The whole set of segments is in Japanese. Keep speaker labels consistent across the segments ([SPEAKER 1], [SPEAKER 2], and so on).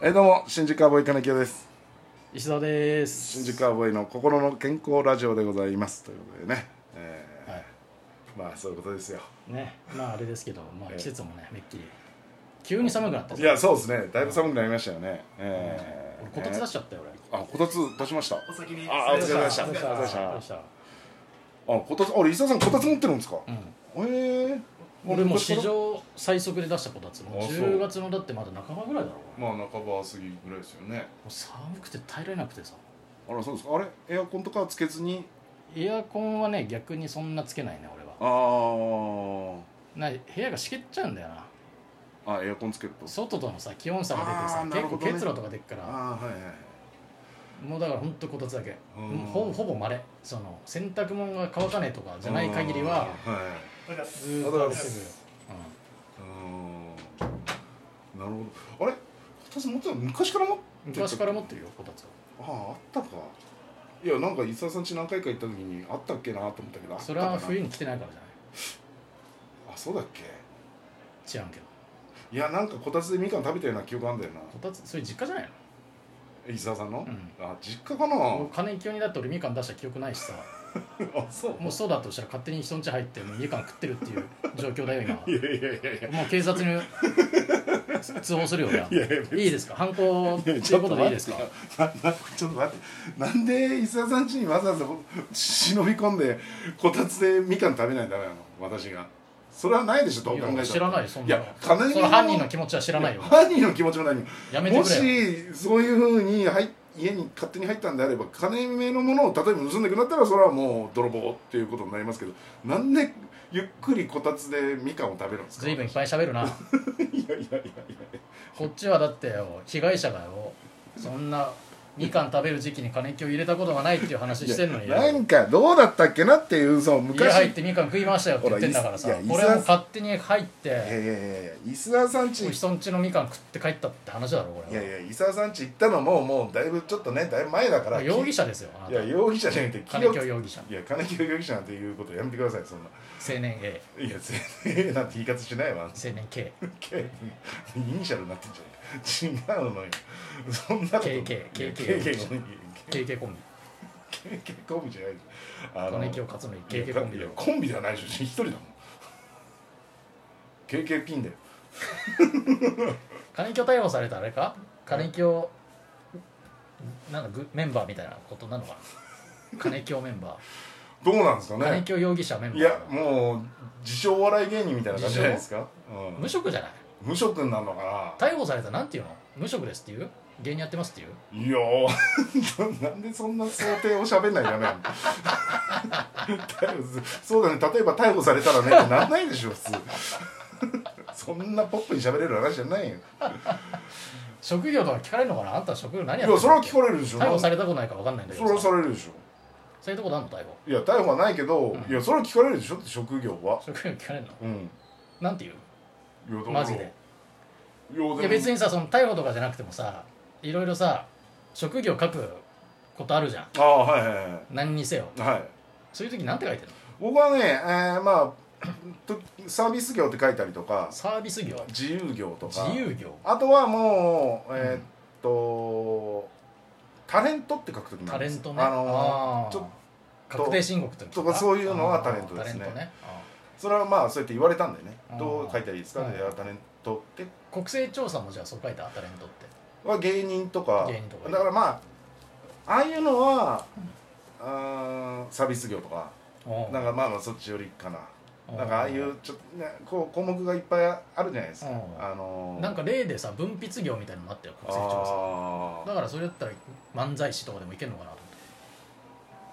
[SPEAKER 1] えーどうも新宿アボイ金城です
[SPEAKER 2] 石田です
[SPEAKER 1] 新宿アボイの心の健康ラジオでございますということでね、え
[SPEAKER 2] はい
[SPEAKER 1] ーまあそういうことですよ
[SPEAKER 2] ねまああれですけど、ま
[SPEAKER 1] ええ
[SPEAKER 2] あ、季節もねめっきり急に寒くなった
[SPEAKER 1] い
[SPEAKER 2] じゃん
[SPEAKER 1] やそうですねだいぶ寒くなりましたよね、えー
[SPEAKER 2] 俺こたつ出しちゃったよ俺
[SPEAKER 1] あこたつ出しましたあ
[SPEAKER 3] お先に
[SPEAKER 1] あお疲れ様でした
[SPEAKER 2] ど
[SPEAKER 1] お疲
[SPEAKER 2] う
[SPEAKER 1] れ様でした
[SPEAKER 2] どうした
[SPEAKER 1] こたつあれ伊沢さんこたつ持ってるんですか、
[SPEAKER 2] うん
[SPEAKER 1] ええー、
[SPEAKER 2] 俺もう史上最速で出したこたつも
[SPEAKER 1] あそう
[SPEAKER 2] 10月のだってまだ半ばぐらいだろも
[SPEAKER 1] まあ半ば過ぎぐらいですよね
[SPEAKER 2] う寒くて耐えられなくてさ
[SPEAKER 1] あらそうですかあれエアコンとかはつけずに
[SPEAKER 2] エアコンはね逆にそんなつけないね俺は
[SPEAKER 1] あー
[SPEAKER 2] な部屋がしけっちゃうんだよな
[SPEAKER 1] あエアコンつけると
[SPEAKER 2] 外とのさ気温差が出て
[SPEAKER 1] あ
[SPEAKER 2] さ、
[SPEAKER 1] ーなる
[SPEAKER 2] 結
[SPEAKER 1] ほ
[SPEAKER 2] 構
[SPEAKER 1] どね
[SPEAKER 2] 結露とか出っから
[SPEAKER 1] ああはいはいはい
[SPEAKER 2] もうだからほんとこたつだけ
[SPEAKER 1] うん
[SPEAKER 2] もうほぼほぼまれその洗濯物が乾かねえとかじゃない限りは
[SPEAKER 1] あーはい
[SPEAKER 2] ずーっと
[SPEAKER 1] あ
[SPEAKER 2] すぐ、う
[SPEAKER 1] う
[SPEAKER 2] ん
[SPEAKER 1] ーんなるほどあれこたつ持ってた昔から持ってた
[SPEAKER 2] 昔から持ってるよこたつは
[SPEAKER 1] あああったかいやなんか伊沢さん家何回か行った時にあったっけなと思ったけどあった
[SPEAKER 2] そ
[SPEAKER 1] か
[SPEAKER 2] れ
[SPEAKER 1] な
[SPEAKER 2] は冬に来てないからじゃな
[SPEAKER 1] あそうだっけ
[SPEAKER 2] い知らんけど
[SPEAKER 1] いやなんかこたつでみかん食べたような記憶あんだよな
[SPEAKER 2] こたつそれ実家じゃない
[SPEAKER 1] 伊沢さんの、
[SPEAKER 2] うん
[SPEAKER 1] あ実家かな
[SPEAKER 2] のもう金井清にだって俺みかん出した記憶ないしさ
[SPEAKER 1] あそう
[SPEAKER 2] もうそうだとしたら勝手に人ん家入ってもうみかん食ってるって いう状況だよ今はい
[SPEAKER 1] やいやいやいや
[SPEAKER 2] もう警 察に通報するよ俺はい
[SPEAKER 1] やいや別
[SPEAKER 2] いいですか犯行っていうことでいいですか
[SPEAKER 1] ななちょっと待ってなんで伊沢さん家にわざわざ忍び込んでこたつでみかん食べないとダメなの私がそれはないでしょどう考えた
[SPEAKER 2] い
[SPEAKER 1] っ
[SPEAKER 2] や
[SPEAKER 1] て
[SPEAKER 2] 知らないよそん
[SPEAKER 1] い
[SPEAKER 2] な
[SPEAKER 1] や金井
[SPEAKER 2] その犯人の気持ちは知らないよ
[SPEAKER 1] 犯人の気持ちも何も
[SPEAKER 2] やめて
[SPEAKER 1] も
[SPEAKER 2] くれよ
[SPEAKER 1] しそういうふうに入っ家に勝手に入ったんであれば金目のものを例えば盗んでくなったらそれはもう泥棒っていうことになりますけどなんでゆっくりこたつでみかんを食べるんですか
[SPEAKER 2] 随分いっぱい喋 るない
[SPEAKER 1] やいやいやいや
[SPEAKER 2] こっちはだってよ被害者がよそんなみかん食べる時期に金井清入れたことがないっていう話してんのによ
[SPEAKER 1] なんかどうだったっけなっていうその
[SPEAKER 2] 家入っ
[SPEAKER 1] 昔
[SPEAKER 2] てみかん食いましたよって言ってんだからさ
[SPEAKER 1] ほらいいや
[SPEAKER 2] 俺はもう勝手に入って
[SPEAKER 1] ええ伊沢さんち
[SPEAKER 2] 人んちのみかん食って帰ったって話だろこ
[SPEAKER 1] い
[SPEAKER 2] れ
[SPEAKER 1] や
[SPEAKER 2] はい
[SPEAKER 1] や伊沢さんち行ったのももうだいぶちょっとねだいぶ前だか
[SPEAKER 2] まあ
[SPEAKER 1] ら
[SPEAKER 2] 容疑者ですよあ
[SPEAKER 1] い
[SPEAKER 2] な
[SPEAKER 1] や
[SPEAKER 2] た
[SPEAKER 1] 容疑者じゃなくて
[SPEAKER 2] 金京容疑者
[SPEAKER 1] いや金清容疑者なんていうことやめてくださいそんな
[SPEAKER 2] 青年 A
[SPEAKER 1] いや全然なんて言い方しないわ
[SPEAKER 2] 青年 K
[SPEAKER 1] け イニシャルになってんじゃない違うのよそんなこと
[SPEAKER 2] KK KK
[SPEAKER 1] KK コン
[SPEAKER 2] KK コンビ
[SPEAKER 1] ビ KK コンビじゃないあ
[SPEAKER 2] 金京勝則 KK コンビ
[SPEAKER 1] い
[SPEAKER 2] だ
[SPEAKER 1] や
[SPEAKER 2] よ
[SPEAKER 1] コンビではないでしょ一人だもん KK ピンだよ
[SPEAKER 2] 金京逮捕されたあれか金京なんかグメンバーみたいなことなのかな金京メンバ
[SPEAKER 1] どうなんですか
[SPEAKER 2] ー金
[SPEAKER 1] ね
[SPEAKER 2] 京容疑者メンバ
[SPEAKER 1] い
[SPEAKER 2] ー
[SPEAKER 1] やもう自称お笑い芸人みたいな感じじゃないですか、
[SPEAKER 2] 無職じゃない
[SPEAKER 1] うん、無職になるのか
[SPEAKER 2] 逮捕されたらなんていうの無職ですっていう芸人やってますっていう
[SPEAKER 1] ないやー なんでそんな想定を喋んないとダメなの逮捕す そうだね例えば逮捕されたらねってなんないでしょ普通 そんなポップに喋れる話じゃないよ
[SPEAKER 2] 職業とか聞かれるのかなあんた職業
[SPEAKER 1] い
[SPEAKER 2] 何やって
[SPEAKER 1] や
[SPEAKER 2] るの
[SPEAKER 1] それは聞かれるでしょ
[SPEAKER 2] 逮捕さ
[SPEAKER 1] れ
[SPEAKER 2] れたことないから分かんないんだけ
[SPEAKER 1] それ
[SPEAKER 2] ど
[SPEAKER 1] は
[SPEAKER 2] さ
[SPEAKER 1] されるでしょ
[SPEAKER 2] そういうとこなんの逮捕
[SPEAKER 1] いや逮捕はないけど、
[SPEAKER 2] うん
[SPEAKER 1] いやそれは聞かれるでしょって職業は
[SPEAKER 2] 職業聞かれるの
[SPEAKER 1] うん
[SPEAKER 2] なんて言
[SPEAKER 1] いやだか
[SPEAKER 2] う
[SPEAKER 1] ら
[SPEAKER 2] マジで
[SPEAKER 1] いやでも
[SPEAKER 2] いや別にさその逮捕とかじゃなくてもさいろいろさ職業書くことあるじゃん
[SPEAKER 1] ああはいはいはい
[SPEAKER 2] 何にせよ
[SPEAKER 1] はい
[SPEAKER 2] そういう時なんて書いてるの
[SPEAKER 1] 僕はね、えー、まあとサービス業って書いたりとか
[SPEAKER 2] サービス業
[SPEAKER 1] 自由業とか
[SPEAKER 2] 自由業
[SPEAKER 1] あとはもうえーっと、タレントって書くとき
[SPEAKER 2] タレントね
[SPEAKER 1] あの
[SPEAKER 2] あー
[SPEAKER 1] ちょっと
[SPEAKER 2] 確定申告ってこと
[SPEAKER 1] とかそういうのはタレントですね
[SPEAKER 2] あータレントねあ
[SPEAKER 1] それはまあそうやって言われたんだよね
[SPEAKER 2] あー
[SPEAKER 1] どう書いたらいいですか、
[SPEAKER 2] は
[SPEAKER 1] い
[SPEAKER 2] い
[SPEAKER 1] やタレントって
[SPEAKER 2] ー国勢調査もじゃあそう書いたタレントって
[SPEAKER 1] は芸人とか
[SPEAKER 2] 芸人とか
[SPEAKER 1] だからまあああいうのは、あーサービス業とか
[SPEAKER 2] うん
[SPEAKER 1] なんかまあまあそっちよりかな
[SPEAKER 2] うん
[SPEAKER 1] なんかああいうちょっと、ね、こう項目がいっぱいあるじゃないですか
[SPEAKER 2] うん
[SPEAKER 1] あのー
[SPEAKER 2] なんか例でさ分泌業みたいなのもあったよ国勢調査
[SPEAKER 1] あー
[SPEAKER 2] だからそれだったら漫才師とかでもいけるのかなと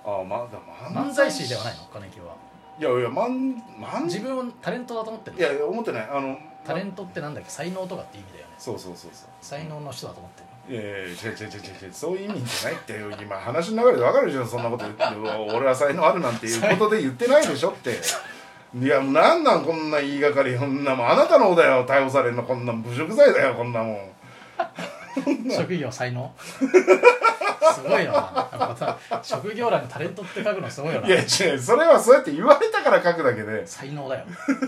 [SPEAKER 1] あーまだ
[SPEAKER 2] 思って漫才師ではないの金木はい
[SPEAKER 1] やいや漫漫
[SPEAKER 2] 自分をタレントだと思ってる
[SPEAKER 1] いやいや思ってないあの
[SPEAKER 2] タレントってなんだっけ才能とかって意味だよね
[SPEAKER 1] そうそうそうそう
[SPEAKER 2] 才能の人だと思ってる
[SPEAKER 1] いやいや違う違う違う違うそういう意味じゃないってよ今話の流れで分かるでしょそんなこと言ってうわ俺は才能あるなんていうことで言ってないでしょっていやなんなんこんな言いがかりこんなもんあなたの方だよ逮捕されるのこんなん侮辱罪だよこんなもん
[SPEAKER 2] 職業才能 すごいよなやっぱさ職業欄にタレントって書くのすごいよない
[SPEAKER 1] や違うそれはそうやって言われたから書くだけで
[SPEAKER 2] 才能だよ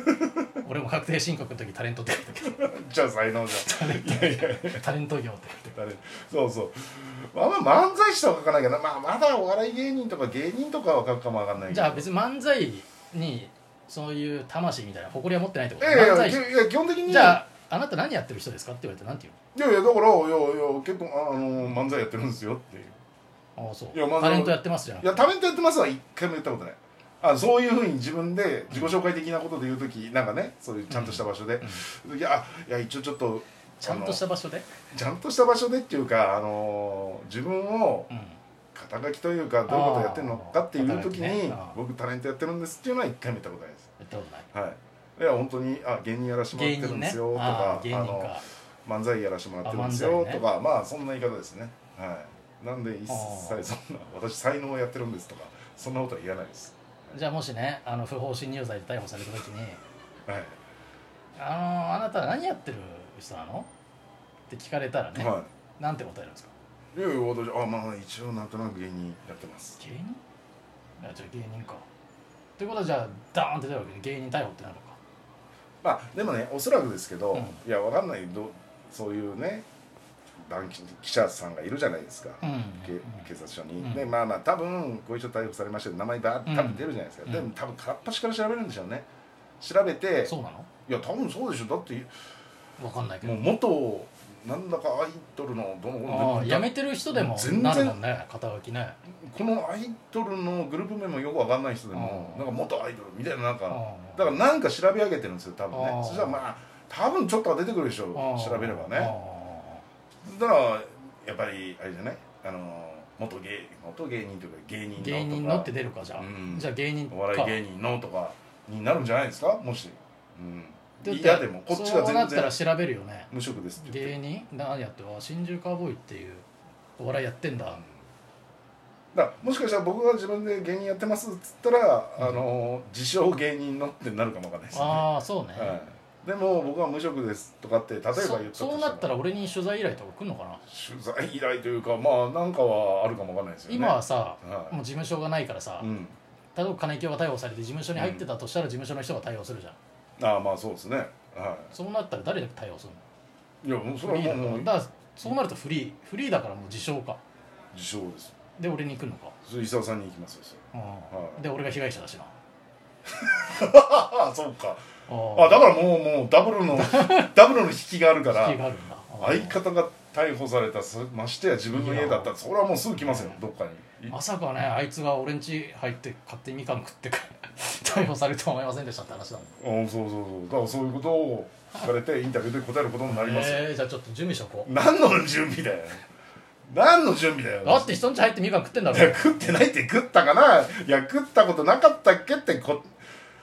[SPEAKER 2] 俺も確定申告の時タレントって書いたけ
[SPEAKER 1] じゃあ才能じゃんいやいや
[SPEAKER 2] どタレント業って
[SPEAKER 1] 誰そうそうあんま漫才師とか書かないけど、まあ、まだお笑い芸人とか芸人とかは書くかもわかんないけど
[SPEAKER 2] じゃあ別に漫才にそういう魂みたいな誇りは持ってないってこと
[SPEAKER 1] いやいや
[SPEAKER 2] 漫才
[SPEAKER 1] い
[SPEAKER 2] 師
[SPEAKER 1] やいや基本的に
[SPEAKER 2] じゃああなた何やってる人ですかって言われて何て
[SPEAKER 1] いやいやだからいやいや結構ああの漫才やってるんですよっていう
[SPEAKER 2] 言うのああそう
[SPEAKER 1] いや漫才
[SPEAKER 2] タレントやってますじゃん
[SPEAKER 1] いやタレントやってますは一回も言ったことないあそういうふうに自分で自己紹介的なことで言う時なんかねそういうちゃんとした場所で、いやあいや一応ちょっと
[SPEAKER 2] ちゃんとした場所で、
[SPEAKER 1] ちゃんとした場所でっていうかあの自分を
[SPEAKER 2] うん、
[SPEAKER 1] 肩書きというかどういうことやってるのかっていう時に、
[SPEAKER 2] あー肩書きねあー
[SPEAKER 1] 僕タレントやってるんですっていうのは一回も言ったことないです
[SPEAKER 2] やったことない
[SPEAKER 1] はいいや本当にあ芸人やらせてもらっ
[SPEAKER 2] 芸
[SPEAKER 1] てる
[SPEAKER 2] 人
[SPEAKER 1] んで
[SPEAKER 2] ね
[SPEAKER 1] すよと
[SPEAKER 2] あ
[SPEAKER 1] か
[SPEAKER 2] あ芸
[SPEAKER 1] あ
[SPEAKER 2] 人
[SPEAKER 1] の
[SPEAKER 2] か
[SPEAKER 1] 漫才やらせてもらってるんです
[SPEAKER 2] あ
[SPEAKER 1] よ
[SPEAKER 2] 漫才ね
[SPEAKER 1] とか、まあそんな言い方ですねはいなんで一切そんな私才能をやってるんですとかそんなことは言わないです
[SPEAKER 2] じゃあもしねあの不法侵入罪で逮捕された時に
[SPEAKER 1] はい
[SPEAKER 2] 「あのあなた何やってる人なの?」って聞かれたらね、
[SPEAKER 1] は
[SPEAKER 2] なんて答えるんですか
[SPEAKER 1] いいやいや私あまあ一応なんとなく芸人やってます
[SPEAKER 2] 芸人あじゃあ芸人かということはじゃあダーンって出るわけで芸人逮捕ってなるのか
[SPEAKER 1] まあでもねおそらくですけど、
[SPEAKER 2] うん
[SPEAKER 1] いやわかんないどそういうね団記記者さんがいるじゃないですか、け警
[SPEAKER 2] う
[SPEAKER 1] 察署に、
[SPEAKER 2] うん
[SPEAKER 1] でまあまあ多分ご一緒逮捕されましたけど名前ばー多分出るじゃないですか、
[SPEAKER 2] うん
[SPEAKER 1] でも多分片っ端から調べるんでしょうね調べて
[SPEAKER 2] ん、そうなの
[SPEAKER 1] いや多分そうでしょだって
[SPEAKER 2] わかんないけ
[SPEAKER 1] も
[SPEAKER 2] ど
[SPEAKER 1] う元なんだかアイドルのどの
[SPEAKER 2] ああ
[SPEAKER 1] だ
[SPEAKER 2] 辞めてる人でも
[SPEAKER 1] 全然
[SPEAKER 2] なるもんね肩書きね
[SPEAKER 1] このアイドルのグループ名もよくわかんない人でも
[SPEAKER 2] あ
[SPEAKER 1] な
[SPEAKER 2] ー
[SPEAKER 1] んか元アイドルみたいななんか
[SPEAKER 2] あ
[SPEAKER 1] だからなんか調べ上げてるんですよ多分
[SPEAKER 2] あ
[SPEAKER 1] ね
[SPEAKER 2] ー
[SPEAKER 1] そしたらまあ多分ちょっとは出てくるでしょう
[SPEAKER 2] ああ
[SPEAKER 1] 調べれば
[SPEAKER 2] あ
[SPEAKER 1] ねだからやっぱりあれじゃないあの元芸元芸人というか芸人のとか
[SPEAKER 2] あ芸人のって出るかじゃあ、
[SPEAKER 1] うん
[SPEAKER 2] じゃあ芸人か
[SPEAKER 1] お笑い芸人のとかになるんじゃないですかもし、うん、
[SPEAKER 2] だって
[SPEAKER 1] いやでもこっちが
[SPEAKER 2] そうな
[SPEAKER 1] 全
[SPEAKER 2] ったら
[SPEAKER 1] 然
[SPEAKER 2] 調べるよね
[SPEAKER 1] 無職ですって言って
[SPEAKER 2] 芸人何やってあ新宿カーボーイっていうお笑いやってんだ
[SPEAKER 1] だからもしかしたら僕が自分で芸人やってますっつったら、あの自称芸人のってなるかもわかんないですよね、
[SPEAKER 2] ああそうね、
[SPEAKER 1] はい、でも僕は無職ですとかって例えば言ったと
[SPEAKER 2] そ
[SPEAKER 1] したら
[SPEAKER 2] そうなったら俺に取材依頼とか来んのかな、
[SPEAKER 1] 取材依頼というかまあなんかはあるかもわかんないですよね
[SPEAKER 2] 今はさ、
[SPEAKER 1] はい
[SPEAKER 2] もう事務所がないからさ、
[SPEAKER 1] うん、
[SPEAKER 2] 例えば金井京が逮捕されて事務所に入ってたとしたら事務所の人が対応するじゃん、
[SPEAKER 1] ああまあそうですねは
[SPEAKER 2] そうなったら誰が対応する
[SPEAKER 1] いいやもうそ
[SPEAKER 2] のフ
[SPEAKER 1] れ
[SPEAKER 2] リー
[SPEAKER 1] はも
[SPEAKER 2] だから
[SPEAKER 1] う
[SPEAKER 2] だからそうなるとフリーフリーだからもう自称か
[SPEAKER 1] 自称です
[SPEAKER 2] で俺に来るのか、
[SPEAKER 1] それ伊沢さんに行きますよそれ
[SPEAKER 2] うん
[SPEAKER 1] い
[SPEAKER 2] で俺が被害者だしな
[SPEAKER 1] ああそうか
[SPEAKER 2] あ
[SPEAKER 1] あだからもうもうダブルのダブルの引きがあるから
[SPEAKER 2] 引きがあるんだあー
[SPEAKER 1] 相方が逮捕されたすましてや自分の家だったらそれはもうすぐ来ますよどっかにい
[SPEAKER 2] まさかねあいつが俺ん家入って勝手にみかん食ってか 逮捕されるとは思いませんでしたって話だも
[SPEAKER 1] う
[SPEAKER 2] ん
[SPEAKER 1] んそうそうそうだからそういうことを聞かれてインタビューで答えることになりますよ、
[SPEAKER 2] えー、じゃあちょっと準備しとこう
[SPEAKER 1] 何の準備だよ何の準備だよ
[SPEAKER 2] だって人ん家入ってみかん食って んだ
[SPEAKER 1] いや
[SPEAKER 2] ろ
[SPEAKER 1] 食ってないって食ったかないや食ったことなかったっけってこ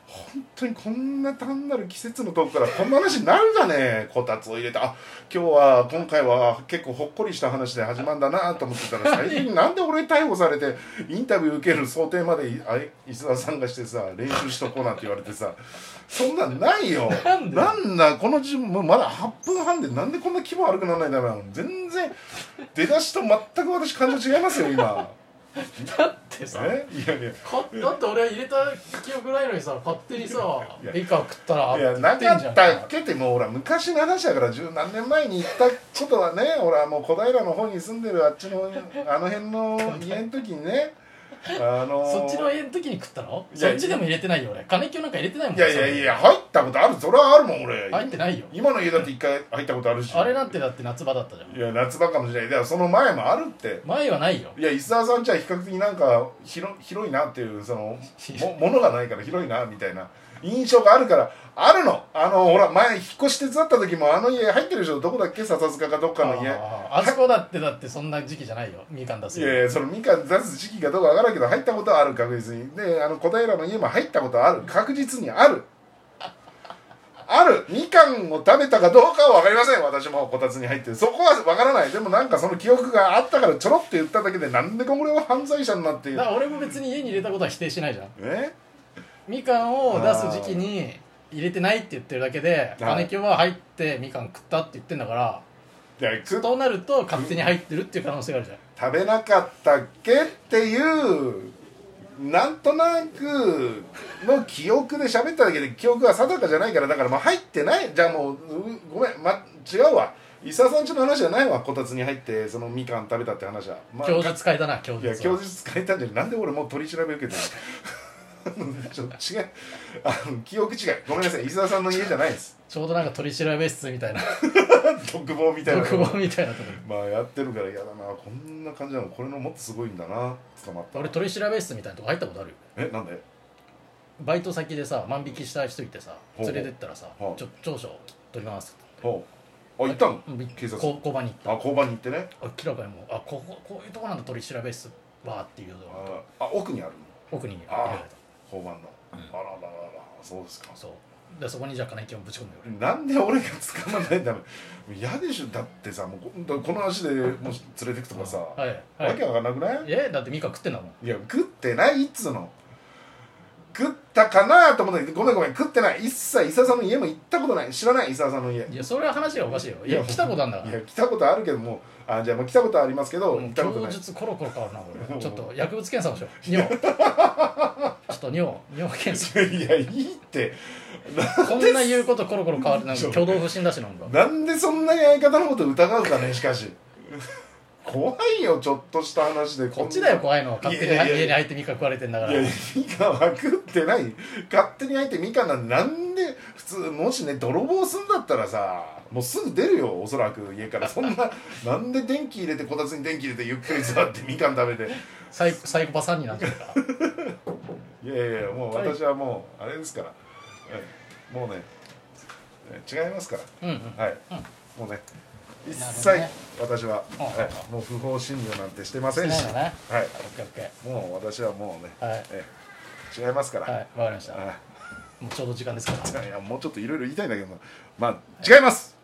[SPEAKER 1] 本当にこんな単なる季節のトークからこんな話になるかねこたつを入れてあ今日は今回は結構ほっこりした話で始まるんだなと思ってたら最近なんで俺逮捕されてインタビュー受ける想定までいあい石澤さんがしてさ練習しとこうなんて言われてさそんなんないよ
[SPEAKER 2] なんで
[SPEAKER 1] なんだこの時もうまだ8分半でなんでこんな気分悪くならないんだろう全然出だしと全く私感情違いますよ今。
[SPEAKER 2] だってさ
[SPEAKER 1] えいやいや
[SPEAKER 2] かだって俺入れた記憶ないのにさ勝手にさ
[SPEAKER 1] いや
[SPEAKER 2] みかん食ったら
[SPEAKER 1] いや
[SPEAKER 2] 言
[SPEAKER 1] な
[SPEAKER 2] てん
[SPEAKER 1] か
[SPEAKER 2] じゃん
[SPEAKER 1] ったっけってもうほら昔の話だから十何年前に行ったことはね ほらもう小平の方に住んでるあっちのあの辺の家の時に ねあのー
[SPEAKER 2] そっちの家の時に食ったの
[SPEAKER 1] いや
[SPEAKER 2] そっちでも入れてないよ俺金清なんか入れてないもん
[SPEAKER 1] いやいやいや入ったことあるそれはあるもん俺
[SPEAKER 2] 入ってないよ
[SPEAKER 1] 今の家だって一回入ったことあるし
[SPEAKER 2] あれなんてだって夏場だったじゃん
[SPEAKER 1] いや夏場かもしれないいやその前もあるって
[SPEAKER 2] 前はないよ
[SPEAKER 1] いや石澤さんじゃ比較的なんか広広いなっていうそのも ものがないから広いなみたいな印象があるからあるのあのほら前引っ越し手伝った時もあの家入ってるでしょどこだっけ笹塚かどっかの家
[SPEAKER 2] あーあそこだってだってそんな時期じゃないよみかん出す
[SPEAKER 1] いやいやそのみかん出す時期かどうかわからんけど入ったことはある確実にであの小平の家も入ったことはある確実にあるあるみかんを食べたかどうかは分かりません私もこたつに入ってそこは分からないでもなんかその記憶があったからちょろっと言っただけでなんでこれは犯罪者になってい
[SPEAKER 2] だ
[SPEAKER 1] る
[SPEAKER 2] から俺も別に家に入れたことは否定しないじゃん
[SPEAKER 1] え
[SPEAKER 2] みかんを出す時期に入れてないって言ってるだけで
[SPEAKER 1] はい
[SPEAKER 2] 金清は入ってみかん食ったって言ってんだから
[SPEAKER 1] だから食
[SPEAKER 2] そうなると勝手に入ってるっていう可能性があるじゃん
[SPEAKER 1] 食べなかったっけっていうなんとなくの記憶で喋っただけで記憶は定かじゃないからだからまあ入ってないじゃあもううごめん、ま、違うわ伊沢さんちの話じゃないわこたつに入ってそのみかん食べたって話は、まあ、
[SPEAKER 2] 供述変えたな供
[SPEAKER 1] いや
[SPEAKER 2] 述
[SPEAKER 1] 供
[SPEAKER 2] は
[SPEAKER 1] 述変えたんじゃないなんで俺もう取り調べ受けてるの ちょっと違うあの記憶違いごめんなさい伊沢さんの家じゃないです
[SPEAKER 2] ちょうどなんか取り調べ室みたいな
[SPEAKER 1] 独房みたいなの
[SPEAKER 2] 独房みたいなとこ
[SPEAKER 1] まあやってるから嫌だなこんな感じなのこれのもっとすごいんだな捕まった
[SPEAKER 2] 俺取り調べ室みたいなとこ入ったことあるよ
[SPEAKER 1] えなんで
[SPEAKER 2] バイト先でさ万引きした人いてさ
[SPEAKER 1] ほうほ
[SPEAKER 2] 連
[SPEAKER 1] う
[SPEAKER 2] れてったらさ「ち
[SPEAKER 1] は
[SPEAKER 2] ょ
[SPEAKER 1] い
[SPEAKER 2] 調書取ります
[SPEAKER 1] ほうあ行ったの」警
[SPEAKER 2] 警
[SPEAKER 1] 察
[SPEAKER 2] 察交番に行った
[SPEAKER 1] あ交番に行ってね
[SPEAKER 2] 明らかにもうあこここういうとこなんだ取り調べ室はっていうのが
[SPEAKER 1] ああ奥にあるの
[SPEAKER 2] 奥に入れ
[SPEAKER 1] あ
[SPEAKER 2] られ
[SPEAKER 1] 交番の、あららららそうですか
[SPEAKER 2] たそうでそこにじゃあ金井をぶち込んで俺
[SPEAKER 1] なんで俺が捕まらないんだろう嫌でしょだってさもうこだからこの足でもう連れてくとかさ、
[SPEAKER 2] はいは
[SPEAKER 1] わ
[SPEAKER 2] い
[SPEAKER 1] けわかんなくない
[SPEAKER 2] えだってミカ食ってんだもん
[SPEAKER 1] いや食ってないっつうの食ったかなと思ったけどごめんごめん食ってない一切伊沢さんの家も行ったことない知らない伊沢さんの家
[SPEAKER 2] いやそれは話がおかしいよい
[SPEAKER 1] い
[SPEAKER 2] や
[SPEAKER 1] や
[SPEAKER 2] 来たことあるんだか
[SPEAKER 1] い
[SPEAKER 2] ら
[SPEAKER 1] や来たことあるけどもあじゃあもう来たことはありますけど行
[SPEAKER 2] もう
[SPEAKER 1] ったことな
[SPEAKER 2] 供
[SPEAKER 1] い
[SPEAKER 2] 述コロコロ変わるな 俺ちょっと薬物検査をしよう尿 ちょっと尿尿検 査
[SPEAKER 1] いやいいって
[SPEAKER 2] こんな言うことコロコロ変わるなんか挙動不審だしなんか
[SPEAKER 1] なんでそんなに相方のこと疑うかねしかし怖いよちょっとした話で
[SPEAKER 2] こっちだよ
[SPEAKER 1] い
[SPEAKER 2] 怖いのは勝手に
[SPEAKER 1] いやいやいや
[SPEAKER 2] 家に入ってミカ食われてんだか
[SPEAKER 1] や
[SPEAKER 2] ら
[SPEAKER 1] いやみかんは食ってない勝手に入ってみかんなんてなんで普通もしね泥棒すんだったらさもうすぐ出るよおそらく家からそんななんで電気入れてこたつに電気入れてゆっくり座ってみかん食べて
[SPEAKER 2] サイサイコパさんになってるから
[SPEAKER 1] いやいやいやもう私はもうあれですからえもうねえ違いますから
[SPEAKER 2] うんうん
[SPEAKER 1] はい、もうね一
[SPEAKER 2] なるほ
[SPEAKER 1] 切
[SPEAKER 2] どね
[SPEAKER 1] 私は、
[SPEAKER 2] うん
[SPEAKER 1] はい、もう不法侵入なんてしてませんし、
[SPEAKER 2] そうだね
[SPEAKER 1] はい、
[SPEAKER 2] オッケーオッケ
[SPEAKER 1] もう私はもうね、
[SPEAKER 2] ーはい
[SPEAKER 1] ええ違いますから、
[SPEAKER 2] はいわかりました
[SPEAKER 1] あ
[SPEAKER 2] もうちょうど時間ですから
[SPEAKER 1] いやもうちょっといろいろ言いたいんだけどまあ違います